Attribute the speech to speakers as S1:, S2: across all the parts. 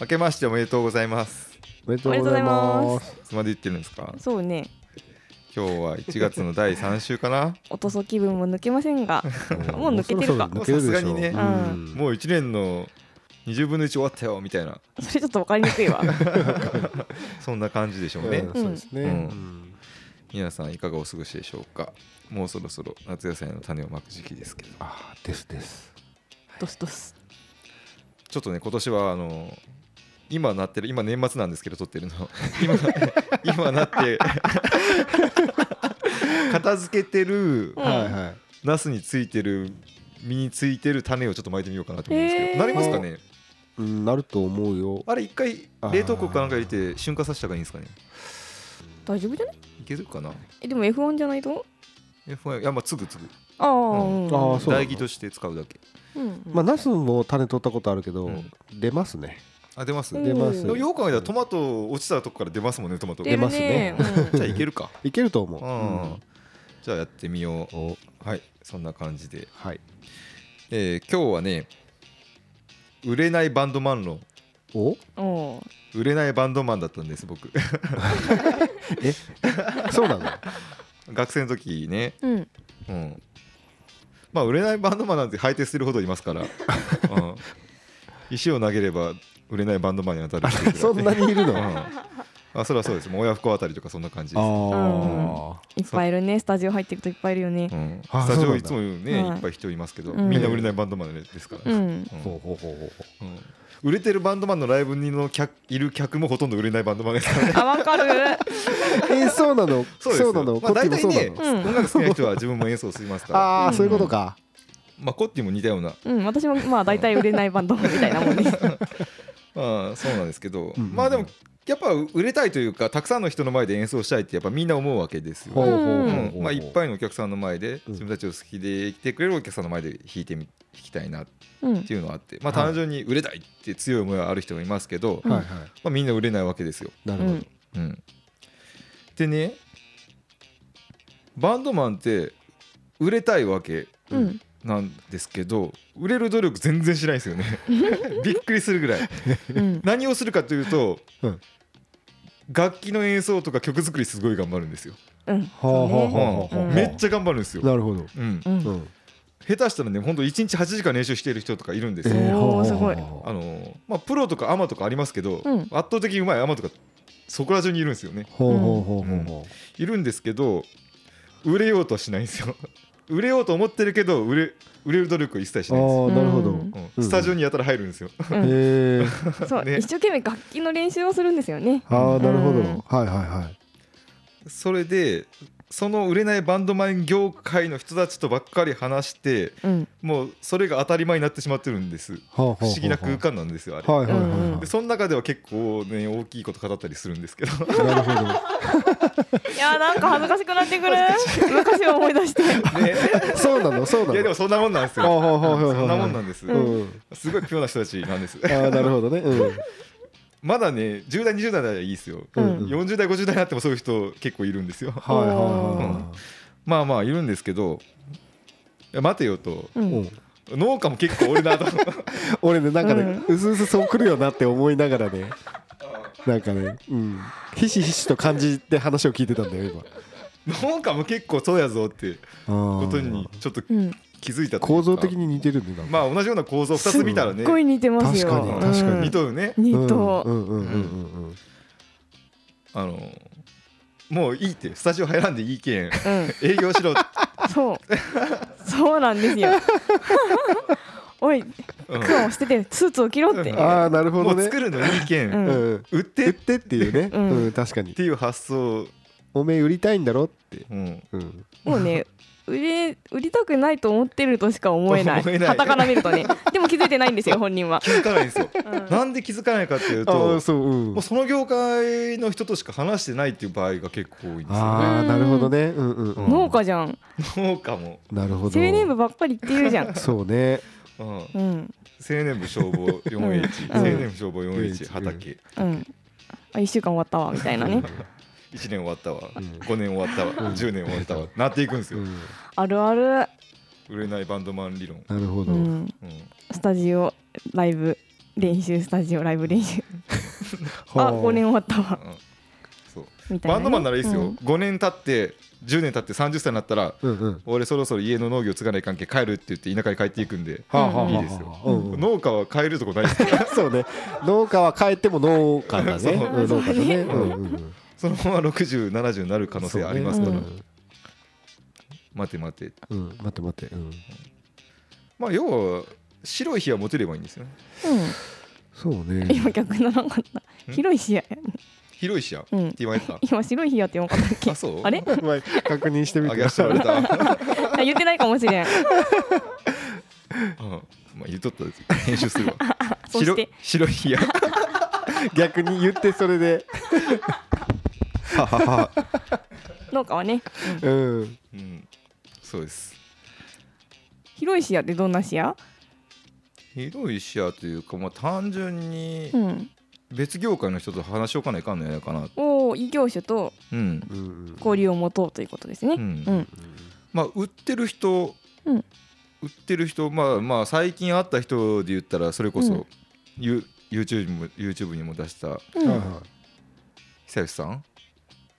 S1: 明けましておめでとうございます
S2: おめでとうございます
S1: いつまで言ってるんですか
S3: そうね
S1: 今日は1月の第3週かな
S3: おとそ気分も抜けません がもう抜けてるか
S2: もうそろそろ抜けるでしょ
S1: さすがにね
S2: うん
S1: もう1年の20分の1終わったよみたいな
S3: それちょっと分かりにくい わ
S1: そんな感じでしょうね、
S2: うんそうですね、
S1: う
S2: うんん
S1: 皆さんいかがお過ごしでしょうかもうそろそろ夏野菜の種をまく時期ですけど
S2: あーですです
S3: ドスドス
S1: ちょっとね今年はあの今なってる今年末なんですけど撮ってるの今今なって 片付けてる
S3: うん
S2: はいはい
S1: ナスについてる実についてる種をちょっと巻いてみようかなと思うんですけど、
S3: へー
S1: なりますかね
S2: うんなると思うよ
S1: あれ一回冷凍庫かなんか入れて瞬間させた方がいいんですかね
S3: 大丈夫じゃない
S1: いけるかな
S3: えでも F1 じゃないと
S1: F1 いやまあつぐつぐ
S3: ああ、
S1: ん
S3: うん、
S2: あーそうなの
S1: 唾液として使うだけ
S3: うんうん
S2: まあナスも種取ったことあるけど、
S1: うん
S2: 出ますね
S1: あ出ます、
S3: うん
S2: 出ます
S1: でもよく考えたらトマト落ちたとこから出ますもんねトマト
S3: 出
S1: じ
S3: るね
S2: 出
S3: うん
S1: ゃ あいけるか
S2: いけると思う、
S1: うんじゃあやってみよ
S2: うんお
S1: うはいそんな感じで
S2: はい
S1: えー今日はね売れないバンドマン論
S2: お
S3: おう
S1: 売れないバンドマンだったんです僕
S2: えそうなの
S1: 学生の時ね、
S3: うん
S1: うん、まあ売れないバンドマンなんて配定するほどいますから、うん、石を投げれば売れないバンドマンに当たるっていうぐらい
S2: そんなにいるの、
S1: うんあそれはそうですもう親不孝あたりとかそんな感じです、
S2: あ
S3: いっぱいいるねスタジオ入っていくといっぱいいるよね
S1: うん、
S2: あ
S1: スタジ
S2: そう
S1: オ
S2: なんだ
S1: いつもね
S3: はい
S1: いっぱい人いますけど、
S3: うん
S1: みんな売れないバンドマンですから、
S3: うん、
S1: う
S2: あ
S1: ん
S2: ほうほうほうほ
S1: う
S2: う
S1: ん売れてるバンドマンのライブにの客いる客もほとんど売れないバンドマン ですからね
S3: あ分か る
S2: えーそうなの
S1: そうですよ
S2: なの、
S1: まあ、
S2: こっ
S1: 大
S2: ちも
S1: 体
S2: そうな
S1: ね
S2: の、
S3: うなのうん
S1: 音楽好きな人は自分も演奏しますから
S2: ああ、
S3: うん
S2: そういうことか
S1: まあ、コッティも似たような、
S3: うん私もまあ大体売れないバンドみたいなも んね
S1: まあ、そうなんですけど、
S2: うん
S1: まあでもやっぱ売れたいというかたくさんの人の前で演奏したいってやっぱみんな思うわけですよ。
S2: ほうほうほうほ
S1: うん
S2: う
S1: まあ、いっぱいのお客さんの前で
S2: うん
S1: 自分たちを好きで来てくれるお客さんの前で弾いてみ弾きたいなっ
S3: うん
S1: ていうのはあって、まあ、
S2: はい
S1: 単純に売れたいって強い思いはある人もいますけど、
S3: うん
S1: ま
S2: はいはい
S1: あ、みんな売れないわけですよ。
S2: な
S3: う
S2: るほど、
S3: ん
S1: うん、でねバンドマンって売れたいわけ
S3: うん
S1: なんですけど売れる努力全然しないんですよねびっくりするぐらい
S3: うん
S1: 何をするかというと、
S2: うん
S1: 楽器の演奏とか曲作りすごい頑張るんですよ、
S3: うん
S2: ほうほう
S3: そうね
S2: ほうほう、
S3: うん
S1: めっちゃ頑張るんですよ、
S2: なるほど、
S1: うん、
S3: う
S2: うんん、
S1: 下手したらねほんと1日8時間練習している人とかいるんですよ、
S3: えー
S2: ほうほうほう
S3: すごい
S1: あのーまあ、プロとかアマとかありますけど、
S3: うん
S1: 圧倒的にうまいアマとかそこら中にいるんですよね
S2: ほうほうほうほうほ
S1: いるんですけど売れようとはしないんですよ 売れようと思ってるけど売れ売れる努力を一切し
S2: う、
S1: ないんですよ
S2: ああなるほど、
S3: うん
S1: うん
S2: うん
S1: スタジオにやたら入るんですよ。
S3: うん
S2: へえ
S3: そう、
S1: ね
S3: 一生懸命楽器の練習をするんですよね。
S2: ああなるほど、
S3: うん
S2: はいはいはい
S1: それでその売れないバンドマン業界の人たちとばっかり話して
S3: うん、
S1: もうそれが当たり前になってしまってるんです
S2: 不
S1: 不思議な空間なんですよあれ、
S2: はいはいはい
S3: うんうん
S2: は
S1: でその中では結構ね大きいこと語ったりするんですけど
S2: いなるほど
S3: いやーなんか恥ずかしくなってくる。昔を思い出して。
S1: ね
S2: そうなのそうなの
S1: いやでもそんなもんなんです
S2: ほ
S1: よ
S2: うほうほうほう
S1: そんなもんなんです、
S3: う
S2: うん
S1: すごいピュアな人たちなんです
S2: ああなるほどねうん
S1: まだね10代20代ならいいですよ
S3: うん
S2: うん
S1: 40代50代になってもそういう人結構いるんですよ
S2: はいはいは
S1: まあまあいるんですけどいや待てよと
S3: う、
S2: い、うんん、
S1: 農家も結構俺 なと
S2: 俺ねなんかね、
S3: う
S2: うすうすそう来るよなって思いながらねなんかね、うん、ひしひしと感じて話を聞いてたんだよ今
S1: 農家も結構そうやぞってこ
S2: こと
S1: にちょっと
S3: うん、す
S1: 気づいたというか
S2: 構造的に似てるんだ、
S1: まあ同じような構造2つ見たらね
S3: っごい似てますよ。
S2: 確かに
S3: うん
S2: 確かに
S1: 見とるね
S2: う
S3: 似
S2: ん、
S3: と。
S2: うんうんうんうんうん
S1: あのもういいってスタジオ入らんでいいけん
S3: うん、
S1: 営業 しろ、
S3: そう。そうなんですよ。おい、
S1: うん
S3: 服を捨ててスーツを着ろって。
S2: ああなるほ
S1: も
S2: ど
S1: う
S2: ね
S1: 作るのいいけん、
S3: うん
S2: うん
S1: 売っ
S2: 売
S1: て
S2: っ
S1: って
S2: っていうね、
S3: う
S2: うんん確かに
S1: ていう発想、
S2: おめえ売りたいんだろって、
S1: うん、
S2: うん、
S3: もうね。売れ売りたくないと思ってるとしか思えない。
S1: 思えない
S3: 旗から見るとね。でも気づいてないんですよ本人は。
S1: 気づかないんです よ、
S3: ん
S1: なんで気づかないかっていう
S2: あ
S1: と
S2: あそう、うん
S1: もう、その業界の人としか話してないっていう場合が結構多いんですよ
S2: あ
S3: う
S2: あ
S3: ん
S2: なるほどねうんうんうん
S3: 農家じゃん。
S1: 農家も、
S2: なるほど
S3: 青年部ばっかり言ってるじゃん。
S2: そうね
S1: うん、青
S3: うん
S1: 年部消防 4H
S3: うん
S1: 青年部消防 4H
S2: うん
S1: 畑
S3: うん。あ一週間終わったわみたいなね。
S1: 1年終わったわ、
S2: ん
S1: 5年終わったわ、
S2: うん
S1: 10年終わったわなっていくんです
S2: う
S1: よ、
S2: ん
S3: あるある。
S1: 売れないバンドマン理論、
S2: なるほど、
S3: うん。
S1: うん
S3: スタジオライブ練習スタジオライブ練習
S2: ほう
S3: あ5年終わったわ
S1: うんそう
S3: みたいな
S1: バ
S3: ね、
S1: ンドマンならいいです
S3: う
S1: よ
S3: ん
S1: 5年経って10年経って30歳になったら
S2: うんうん
S1: 俺そろそろ家の農業継がない関係帰るって言って田舎に帰っていくんで
S2: はあはあはあ
S1: いいですよ
S2: うんうん
S1: 農家は帰るとこないですから
S2: そうね農家は帰っても農家だね
S1: そう
S2: うん農
S1: そ
S2: 家だね
S1: うね
S2: うんうんうん
S1: そのまま6070になる可能性ありますから
S3: そうね
S1: 待て待て
S2: うんうん待って待ってうん
S1: まあ要は白い日は持てればいいんですよね
S2: そう
S3: うん、今
S2: ね
S3: 逆にならんかった
S1: ん
S3: 広い視野や
S1: 広い視野って
S3: うん
S1: 言われてた
S3: 今白い視野って言わんかったっけ
S1: あそう
S3: あれ
S2: お前確認してみ
S1: あ
S2: て
S1: げ足取られた うん
S3: あ言ってないかもしれん
S1: まあ言っとったです編集するわ
S3: そし
S1: 白
S3: て
S1: 白い日や
S2: 逆に言ってそれで
S3: 農家はね
S2: うん
S1: うんそうです
S3: 広い視野ってどんな視野
S1: 広い視野というかまあ単純に
S3: うん
S1: 別業界の人と話しおかないかんのやないかな
S3: おお異業種と
S1: うん
S2: うんうん
S3: 交流を持とうということですね
S1: う
S3: うんん、
S1: まあ売ってる人、
S3: うん
S1: 売ってる人まあまあ最近会った人で言ったらそれこそ、
S3: うん
S1: ユ YouTube, にも YouTube にも出した
S3: うん
S2: はいはい
S1: 久吉さん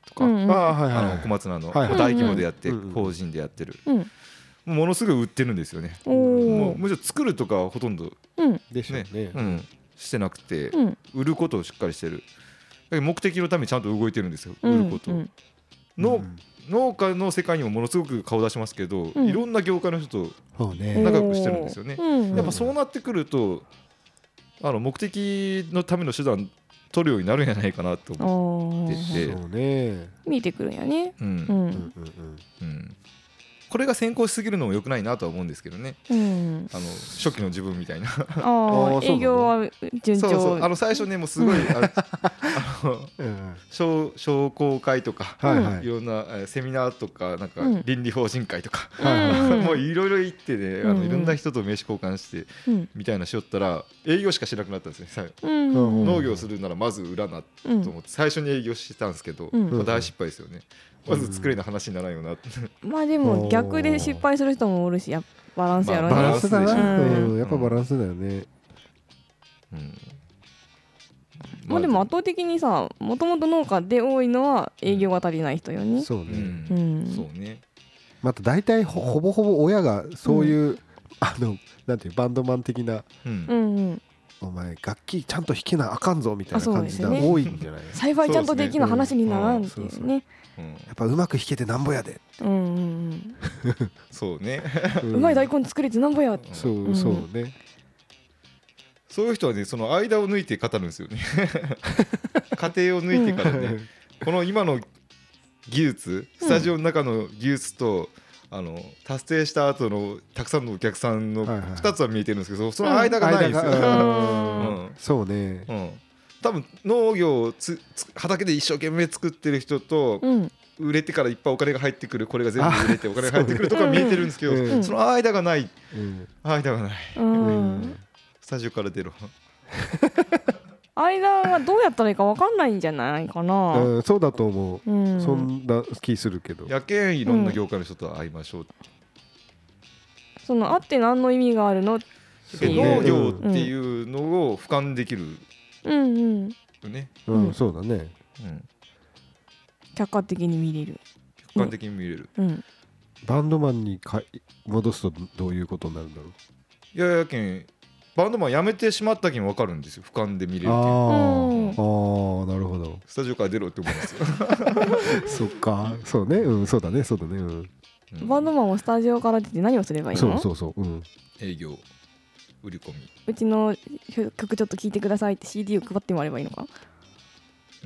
S1: と
S3: う
S1: か、
S3: ん
S2: ああはい
S1: あの
S2: は
S1: 小
S2: い
S1: 松菜の
S2: はいはい
S1: 大規模でやって、
S2: うんうん
S1: 法人でやってる、
S3: うん
S1: ものすごい売ってるんですよね
S3: お
S1: もう
S3: お
S1: むしろ作るとかはほとんど
S3: うん
S2: でしょう
S1: ね
S2: ね
S1: うん、してなくて、
S3: うん
S1: 売ることをしっかりしてるだけど目的のためにちゃんと動いてるんですよ、
S3: うん
S1: 売ること、
S3: うん
S1: の
S2: うん
S1: 農家の世界にもものすごく顔出しますけど、
S3: うん
S1: いろんな業界の人と
S2: そうね
S1: 仲良くしてるんですよね
S3: おーうん
S1: やっぱそうなってくるとあの目的のための手段取るようになるんじゃないかなと思
S3: お
S1: って
S3: ー
S1: て、
S2: そうね
S3: 見えてくるんやね
S1: うん
S3: う
S2: うん
S3: ん
S2: うんうん
S1: うんこれが先行しすぎるのも良くないなとは思うんですけどね
S3: うん
S1: あの初期の自分み たいな
S3: あ
S2: あーそうな
S3: あ
S2: の
S3: 営業は順
S1: そうそうあ
S3: 調
S1: の最初ねもうす ごいあのあの
S2: うん
S1: 商商工会とか、
S2: はいいはい
S1: ろんなえーセミナーとかなんか
S3: うん
S1: 倫理法人会とか、
S3: うんうん
S1: もういろいろ行ってねあ
S3: うんう
S1: の
S3: ん
S1: いろんな人と名刺交換して
S3: うん
S1: みたいなしよったら営業しかしなくなったんですね最後
S3: うん
S2: うん
S1: 農業するならまず裏な
S3: うん
S1: と思って最初に営業してたんですけど、
S3: うん
S1: まあ大失敗ですよねまず作れない話にならんよなって、
S3: まあでも逆で失敗する人もおるしやっぱバランスやろ
S2: バラ
S3: ね
S2: ンスだな
S3: うん
S2: うんやっぱバランスだよね
S1: うん
S3: まあでも圧倒的にさもともと農家で多いのは営業が足りない人よね
S2: そう
S1: う
S2: ね
S1: ん
S3: うん
S1: そうね
S2: また大体ほほぼほぼ親がそういうあのなんていうバンドマン的な
S1: うん
S3: うんうん
S2: お前楽器ちゃんと弾けなあかんぞみたいな感じが
S3: あそうですよね
S2: 多いんじゃないや
S3: 栽培ちゃんとできな
S2: そうで
S3: 話
S2: す
S3: に
S1: ね
S3: ならんってい
S2: うんそうそ
S3: うね
S1: うん
S2: っぱうまく弾けてなんぼやで
S3: うんうんうん
S1: そうね
S3: うまい大根作れてなんぼやって
S2: そううんそうね
S1: そういう人はねその間を抜いて語るんですよね家庭を抜いてからねこの今の技術スタジオの中の技術と、あの達成した後のたくさんのお客さんの
S2: はいはい
S1: 2つは見えてるんですけどその間がないんですよ、
S2: 間が
S1: う
S3: うん
S1: ん
S2: そうね
S1: うん、多分農業をつつ畑で一生懸命作ってる人と、
S3: うん
S1: 売れてからいっぱいお金が入ってくるこれが全部売れてお金が入ってくるとか
S3: そう
S1: 見
S3: ね
S1: えてるんですけど、
S2: うん
S1: その間がない
S2: うん
S1: 間がない
S3: うん
S1: スタジオから出ろ
S3: 間はどうやったらいいかわかんないんじゃないかな
S2: うんそうだと思
S3: う
S2: うんそんな気するけど
S1: やけんいろんな業界の人と会いましょう、
S3: そのあって何の意味があるのって
S1: で
S3: い
S1: 農
S3: う
S1: 業っていうのを俯瞰できる
S3: うんうん
S1: よね、
S2: うんそうだね
S1: うん、
S3: 客観的に見れる
S1: 俯瞰的に見れる、
S3: うん
S2: バンドマンにかい戻すとどういうことになるんだろう
S1: いややけんバンドマン辞めてしまったけん分かるんですよ俯瞰で見れるけん
S3: うん
S2: あーなるほど
S1: スタジオから出ろって思うんですよ、
S2: そっかそうねうんそうだねそうだねうん
S1: うん
S3: バンドマンをスタジオから出て何をすればいいの
S2: そうそうそううん
S1: 営業売り込み
S3: うちの曲ちょっと聴いてくださいって CD を配ってもらえばいいのか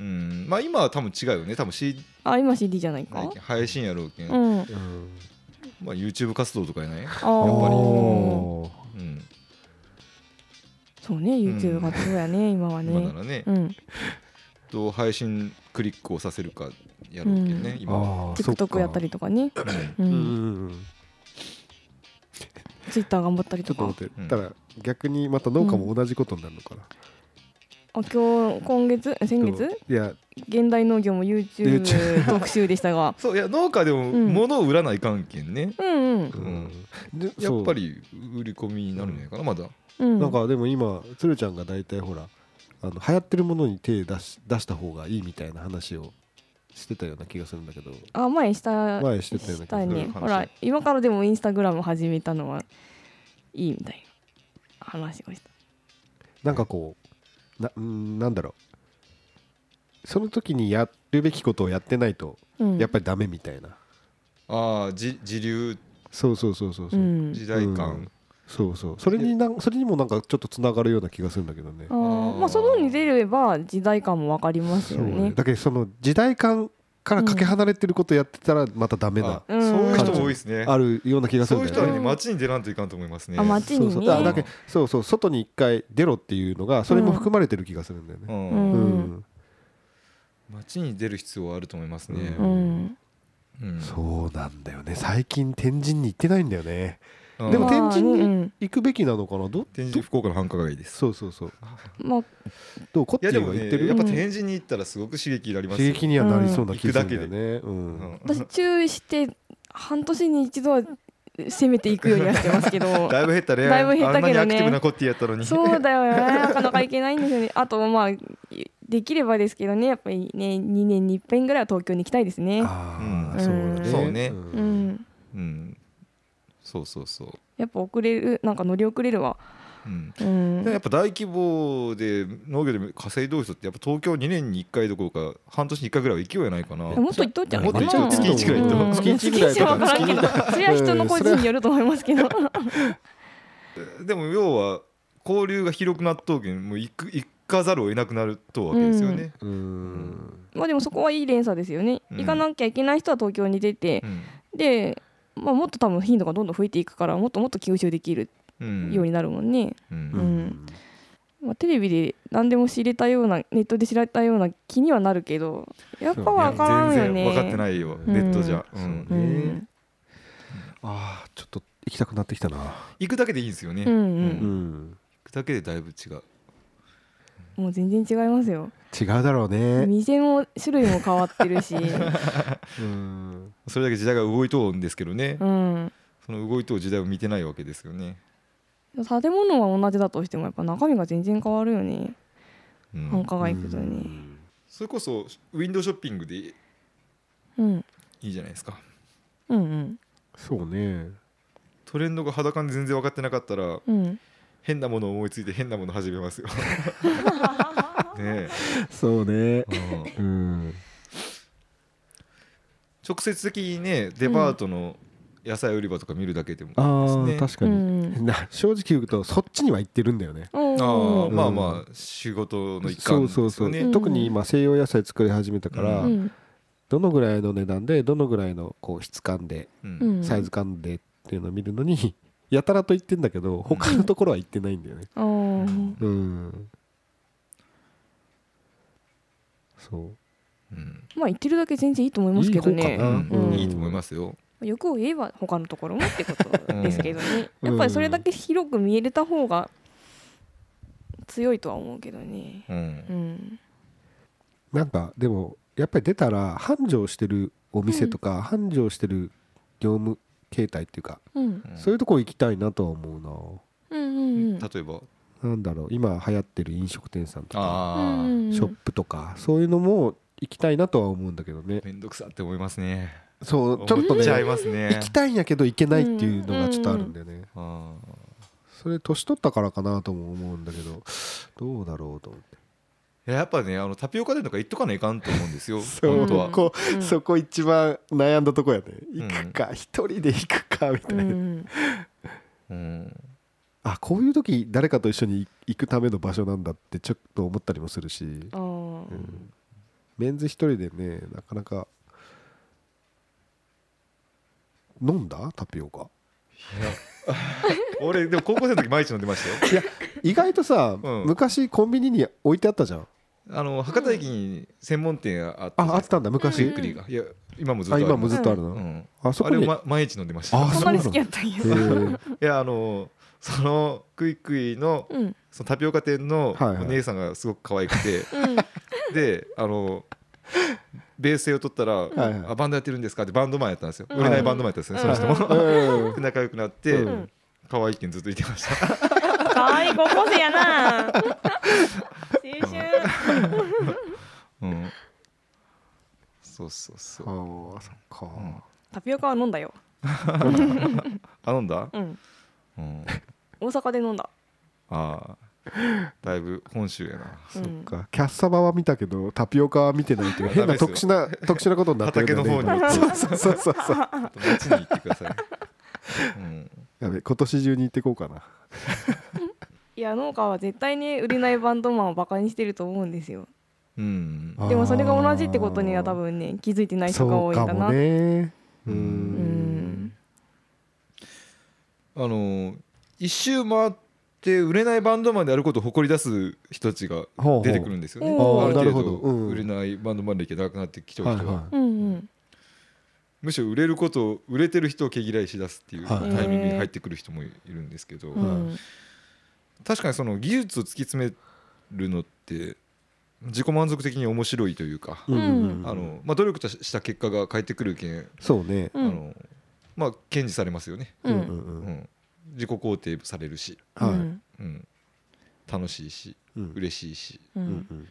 S1: うんまあ今は多分違うよね多分 CD
S3: あ今 CD じゃないか
S1: 配信やろうけん、
S3: うん
S2: う
S3: あ
S2: ん
S1: まあ、YouTube 活動とかやない、
S3: あ
S2: あ
S3: ー
S2: ー
S1: うん
S3: そうね YouTube 活動やね今は
S1: 今な
S3: ね
S1: らね、
S3: うん
S1: どう配信クリックをさせるかやろうけんね、
S3: うん
S1: 今は
S2: あーそっか
S3: TikTok やったりとかねう
S2: うんうん
S3: ん
S2: うん
S3: Twitter 頑張ったり
S2: ちょ
S3: と
S2: っと待
S3: か
S2: って
S1: うん
S2: ただ逆にまた農家も同じことになるのかな
S3: ああ今日今月先月
S2: いや
S3: 現代農業も YouTube 特集でしたが
S1: そういや農家でも
S3: うん
S1: 物を売らない関係ね、
S3: うんうん
S1: うん
S2: で
S1: や
S2: そう
S1: っぱり売り込みになるんじゃないかなまだ
S3: うん
S2: なんかでも今鶴ちゃんが大体ほらあの流行ってるものに手出し出した方がいいみたいな話をしてたような気がするんだけど
S3: あ前した
S2: 前してたような気がす
S3: した
S2: る
S3: ね
S1: うん
S3: ほら今からでもインスタグラム始めたのはいいみたいな話をした
S2: なんかこうなうんなんだろうその時にやるべきことをやってないと
S3: うん
S2: やっぱりダメみたいな、
S1: ああじ自流
S2: そうそうそうそう
S3: う
S2: そう、
S3: ん
S1: 時代
S2: う
S1: 感
S2: ん、そうそうそれになんそれにもなんかちょっとつながるような気がするんだけどね
S3: あーまあ外に出れば時代感もわかりますよ
S2: そうね
S3: ね
S2: だけどその時代感からかけ離れてることやってたらまたダメな、
S1: あそういう人も多いですね
S2: あるような気がす
S1: そ
S2: る
S1: うんいう
S2: だ
S1: 人
S2: よね
S1: はね街に出らんといかんと思いますね
S3: あ街
S2: そうそう
S3: にね
S2: あだけそうそう外に一回出ろっていうのがそれも含まれてる気がするんだよ
S1: う
S2: ね。
S1: ん
S3: うん
S1: 街に出る必要はあると思いますね
S3: う、ん
S1: うん
S2: そうなんだよね最近天神に行ってないんだよね
S1: うん
S2: でも天神
S3: まあ
S2: に
S3: ね
S2: 行くべきなのかなど
S1: 天神
S2: ど
S1: 福岡の繁華街です
S2: そうそうそう
S3: まあ
S2: どうこっ
S1: い
S2: ち
S1: や
S2: は
S1: でも
S2: 行って
S1: ねや
S2: る
S1: っぱ
S3: うん
S1: 天神に行ったらすごく刺激になります
S2: 刺
S1: よ
S2: 激にはなりそうな気がするんだよね
S1: う
S2: うん
S1: ん
S3: 私注意して半年に一度は攻めていくようにはしてますけど
S1: だいぶ減ったね
S3: だいぶ減ったけどね
S1: あんなにアクティブなコッティやったのに
S3: そうだよねなかなか行けないんですよね あとまあできればですけどねやっぱりね2年に1遍ぐらいは東京に行きたいですね
S2: ああ
S3: うん
S2: そうだね
S1: そうね
S2: ん
S3: うん
S1: うんそうそうそう、
S3: やっぱ遅れるなんか乗り遅れるわ
S1: うん、
S3: うん
S1: でやっぱ大規模で農業で稼いどう人ってやっぱ東京2年に1回どころか半年に1回ぐらいは行けようやないかな
S3: もっと行っとっちゃう
S1: もっと行っちゃう月一くらい行っと
S3: うん
S2: 月一ぐらい
S3: 月一は分からんけどそれは人の個人によると思いますけど
S1: でも要は交流が広くなっとうけんもう行く行かざるを得なくなるとうわけですよね、
S2: うん
S3: まあでもそこはいい連鎖ですよね
S1: うん
S3: 行かなきゃいけない人は東京に出て
S1: うん
S3: でまあもっと多分頻度がどんどん増えていくからもっともっと吸収できる
S1: うん
S3: ようになるもんね
S1: うん
S3: うんまあ、テレビで何でも知れたようなネットで知られたような気にはなるけどやっぱ分からん
S1: いや
S3: よ
S1: 全
S3: ね
S1: 然分かってないよ、
S2: うん
S1: ネットじゃ、うん
S2: そう
S3: う
S2: ね
S3: ん
S2: ああちょっと行きたくなってきたな
S1: 行くだけでいいんですよね、
S3: うん
S1: 行
S3: うん
S2: うん
S1: くだけでだいぶ違う
S3: もう全然違いますよ
S2: 違うだろうね
S3: 店も種類も変わって るし、
S2: うん
S1: それだけ時代が動いとうんですけどね、
S3: うん、
S1: その動いとう時代を見てないわけですよね、
S3: 建物は同じだとしてもやっぱ中身が全然変わるよね
S1: うん
S3: 繁華街行くと
S2: う
S3: ね
S2: ん
S1: それこそウィンドウショッピングでい
S3: うん
S1: いじゃないですか
S3: うん
S2: そうね
S1: トレンドが裸に全然分かってなかったら
S3: うんうん
S1: 変なものを思いついて変なものを始めますよ ね
S2: そうね
S1: え、うん
S2: うん
S1: 直接的にねデパートの野菜売り場とか見るだけでも
S2: あー、
S1: ですね
S2: 確か
S3: う
S2: に、
S3: ん
S2: な正直言うとそっちには行ってるんだよね
S3: お
S1: ああ
S3: ー
S1: まあまあ仕事の一
S2: そ
S1: 環
S2: う
S1: です
S2: そ
S1: よ
S2: うそう、
S1: ね
S3: うん
S2: 特に今西洋野菜作り始めたから、
S1: うん
S2: どのぐらいの値段でどのぐらいのこう質感で
S1: うん
S3: うん
S2: サイズ感でっていうのを見るのに やたらと行ってんだけど他のところは行ってないんだよね
S3: あー
S2: うん、そ
S1: うん
S3: まあ言ってるだけ全然いいと思いうますけど
S2: いい方
S3: ね
S2: かな、
S3: うん
S1: いいと思いますよ、
S3: 欲を言えば他のところもってことですけどね、
S2: うん
S3: やっぱりそれだけ広く見えれた方が強いとは思うけどね
S1: う
S3: うんん
S2: なんかでもやっぱり出たら繁盛してるお店とか、繁盛してる業務形態っていうか、
S3: うん
S2: そういうとこ行きたいなとは思
S3: うんうん
S1: 例えば
S2: うななんだろう今流行ってる飲食店さんとか
S1: ああ
S2: ショップとかそういうのも行きたいなとは思うんだけどね
S1: 面倒くさって思いますね
S2: そうちょっ
S1: 思
S2: とね
S1: ちゃいますね
S2: 行きたいんやけど行けないっていうのがちょっとあるんだよね
S1: ああ
S2: それ年取ったからかなとも思うんだけどどうだろうと思って
S1: いややっぱねあのタピオカ店とか行っとかないかんと思うんです よ
S2: そう
S1: 本当は
S3: ん
S2: こ
S3: うん
S2: そこ一番悩んだとこやね
S1: うん
S2: 行くか一人で行くかみた
S3: う
S2: いな、
S3: ん
S1: うん
S2: あこういう時誰かと一緒に行くための場所なんだってちょっと思ったりもするし、
S3: あー
S2: うんメンズ一人でねなかなか飲んだタピオカ
S1: 俺でも高校生の時毎日飲んでましたよ
S2: いや意外とさ、
S1: うん
S2: 昔コンビニに置いてあったじゃん
S1: あの博多駅に専門店あった
S2: ああったんだ昔、
S1: ゆっくりがいや今もずっと
S2: あ
S1: あり
S2: 今
S1: ま
S2: も
S1: す
S2: ずっとあるの、
S1: うん
S2: あそ
S1: あ
S2: こ
S1: れ
S2: に
S1: を、ま毎日飲んでました
S2: あ
S3: そ
S2: そ
S3: こ
S2: う
S3: ま
S2: な
S3: で
S2: の
S3: 好きやったんや
S2: えー
S1: いやあのそのクイクイの
S3: うん
S1: そのタピオカ店の
S2: はいはい
S1: お姉さんがすごく可愛く て、
S3: うん
S1: であのベースを取ったら、
S2: はいはい
S1: あバンドやってるんですかってバンドマンやったんですよ、
S3: うん
S1: 売れないバンドマンやったんですね、
S3: うん
S1: その人も、
S2: うん
S1: で仲良くなって、
S2: うん
S1: 可愛いってずっと言ってました
S3: 可愛い高校生やな青春
S1: うんそうそうそう、
S2: ああそっか、
S1: ん
S3: タピオカは飲んだよ
S1: あ飲んだ、
S3: うん
S1: うん、
S3: 大阪で飲んだ
S1: ああだいぶ本州やな
S3: うん
S2: そっかキャッサバは見たけどタピオカは見てないという変
S1: ダメで
S2: な
S1: すよ
S2: 特殊な 特殊なことになってるんだよね
S1: 畑の方
S2: 今そうそうそうそう
S1: ちょっと街に行ってください、うん、
S2: やべ今年中に行ってこうかない
S3: や農家は絶対に売れないバンドマンをバカにしてると思うんですよ
S1: うん
S2: あー
S3: でもそれが同じってことには多分ね気づいてない人が多いんだ
S2: そうか
S3: な
S2: もねうー
S3: うんん
S1: あのー一周回って売れないバンドマンであることを誇り出す人たちが
S2: ほうほう
S1: 出てくるんですよね。
S3: おー
S1: ある
S2: なる
S1: 程
S2: ほ
S1: 度
S2: どうん
S1: 売れないバンドマン歴が長くなってきちゃう
S2: はい
S1: 人は
S2: は
S3: うんうん
S1: むしろ売れることを売れてる人を毛嫌いしだすっていう
S2: はい
S1: タイミングに入ってくる人もいるんですけど、
S3: うん
S1: 確かにその技術を突き詰めるのって自己満足的に面白いというか、
S2: いうんうんうん
S1: あのまあ、努力とした結果が返ってくるけん、
S2: そうね
S3: う
S1: あ
S3: ん
S1: のまあ、堅持されますよね、
S3: う
S2: うん
S3: ん
S1: う
S2: うん
S1: ん、自己肯定されるし、
S2: はい
S1: うん、楽しいし
S2: うん
S1: 嬉しいし
S3: う
S2: うんん
S1: で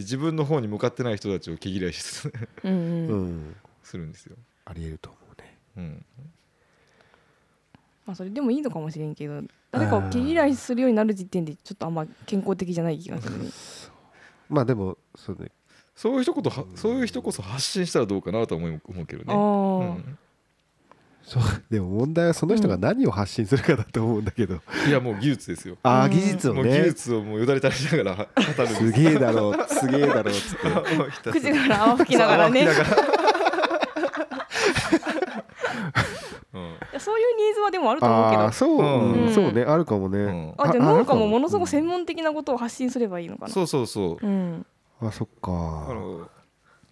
S1: 自分の方に向かってない人たちを毛嫌い す
S3: う
S2: うん
S3: んうん
S2: うん
S1: するんですよ、
S2: ありえると思うね
S1: うん、
S3: まあそれでもいいのかもしれんけど誰かを毛嫌いするようになる時点でちょっとあんま健康的じゃない気がするね
S2: まあでもそうね
S1: そういう人ことはそういう人こそ発信したらどうかなとは思い思うけど
S3: あ
S1: ね、う
S3: ー
S1: ん
S2: そうでも問題はその人が何を発信するかだと思うんだけど
S1: いやもう技術ですよ
S2: あ
S3: う
S2: あ
S3: ん
S2: 技術
S1: も
S2: を
S1: う技
S2: ね
S1: 術をもうよだれ垂らしながら語るん
S2: す
S1: です
S2: げえだろうすげえだろうっつって
S1: もうひ たす
S3: 口
S1: ら
S3: から泡吹きながらね
S1: 泡吹きながらうん
S3: いやそういうニーズはでもあると思うけ
S2: あ
S3: ど
S2: あそう
S1: うん
S2: うんそうねあるかも
S1: う
S2: ね
S1: ん
S3: あじゃあ農家もものすごく専
S2: 門
S3: 門的なことを発信すればいいのかな
S1: そうそうそう
S3: うん
S2: あそっ
S1: あ
S2: か
S1: の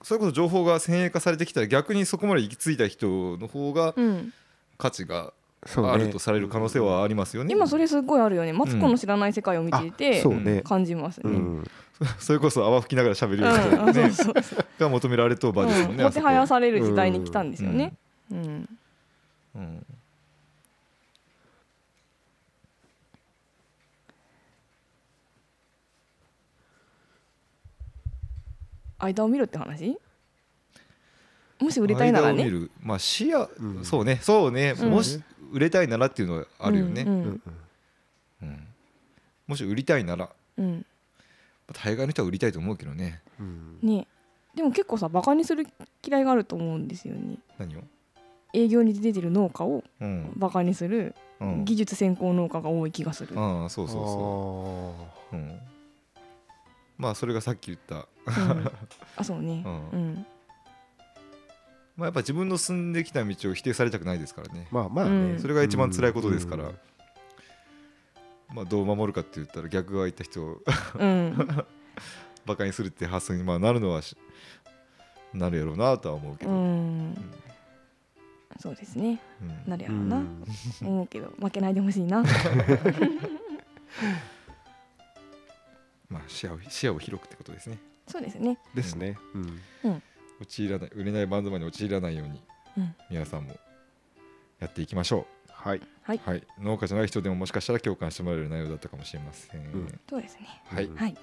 S1: それこそ情報が先鋭化されてきたら逆にそこまで行き着いた人の方が
S3: うん
S1: 価値が
S2: そうね
S1: あるとされる可能性はありますよね。
S3: 今それすごいあるよねマツコの知らない世界を見てい
S2: あ
S3: て
S2: そうね
S3: 感じますね
S2: う
S3: うん
S2: ん
S1: それこそ泡吹きながら喋る
S3: うん
S1: ような人
S3: あそう
S1: ね
S3: そうそう
S1: が求められとう場ですもん
S3: うん
S1: ね。
S3: も
S1: あ
S3: て
S1: そこ
S3: はやされる時代に来たんですよねうん
S1: うん
S3: 間を見ろって話もし売れたいなら
S1: 間を見
S3: ね
S1: るまあ視野
S2: うん
S1: そうねそうね
S3: うん
S1: もし売れたいならっていうのはあるよ
S3: う
S1: ね。
S3: ん
S2: う
S3: うんん
S1: うんもし売りたいなら
S3: うん
S1: 大概の人は売りたいと思うけどね。
S2: うん
S3: ねでも結構さバカにする嫌いがあると思うんですよね
S1: 何を？
S3: 営業に出てる農家を
S1: うん
S3: バカにする
S1: うん
S3: 技術専攻農家が多い気がする、
S1: ああそうそうそ。
S2: そう
S1: うんまあそれがさっき言った
S3: うんあそうね
S1: うん
S3: うん
S1: まあやっぱ自分の進んできた道を否定されたくないですからね。
S2: まあまあ
S3: う
S2: ね
S3: ん
S1: それが一番辛いことですから
S2: うん。
S1: まあどう守るかって言ったら逆側行った人を
S3: うん
S1: バカにするって発想にまあなるのはしなるやろうなとは思うけ
S3: う
S1: ど、
S3: んそうですね
S1: うん
S3: なるや
S2: う
S3: ろうな、
S2: ん
S3: 思うけど負けないでほしいな
S1: まあ視野を視野を広くってことですね
S3: そうですね
S2: ですねうん
S1: 陥らない売れないバンドマンに陥らないように、
S3: うん
S1: 皆さんもやっていきましょ
S2: はい
S1: うん、はい、農家じゃない人でももしかしたら共感してもらえる内容だったかもしれません、
S2: ん
S3: そうですね
S1: はい、
S2: うん
S1: も
S3: はい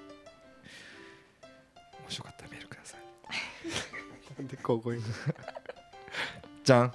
S1: しよかったらメールください
S2: なんでここに
S1: じゃん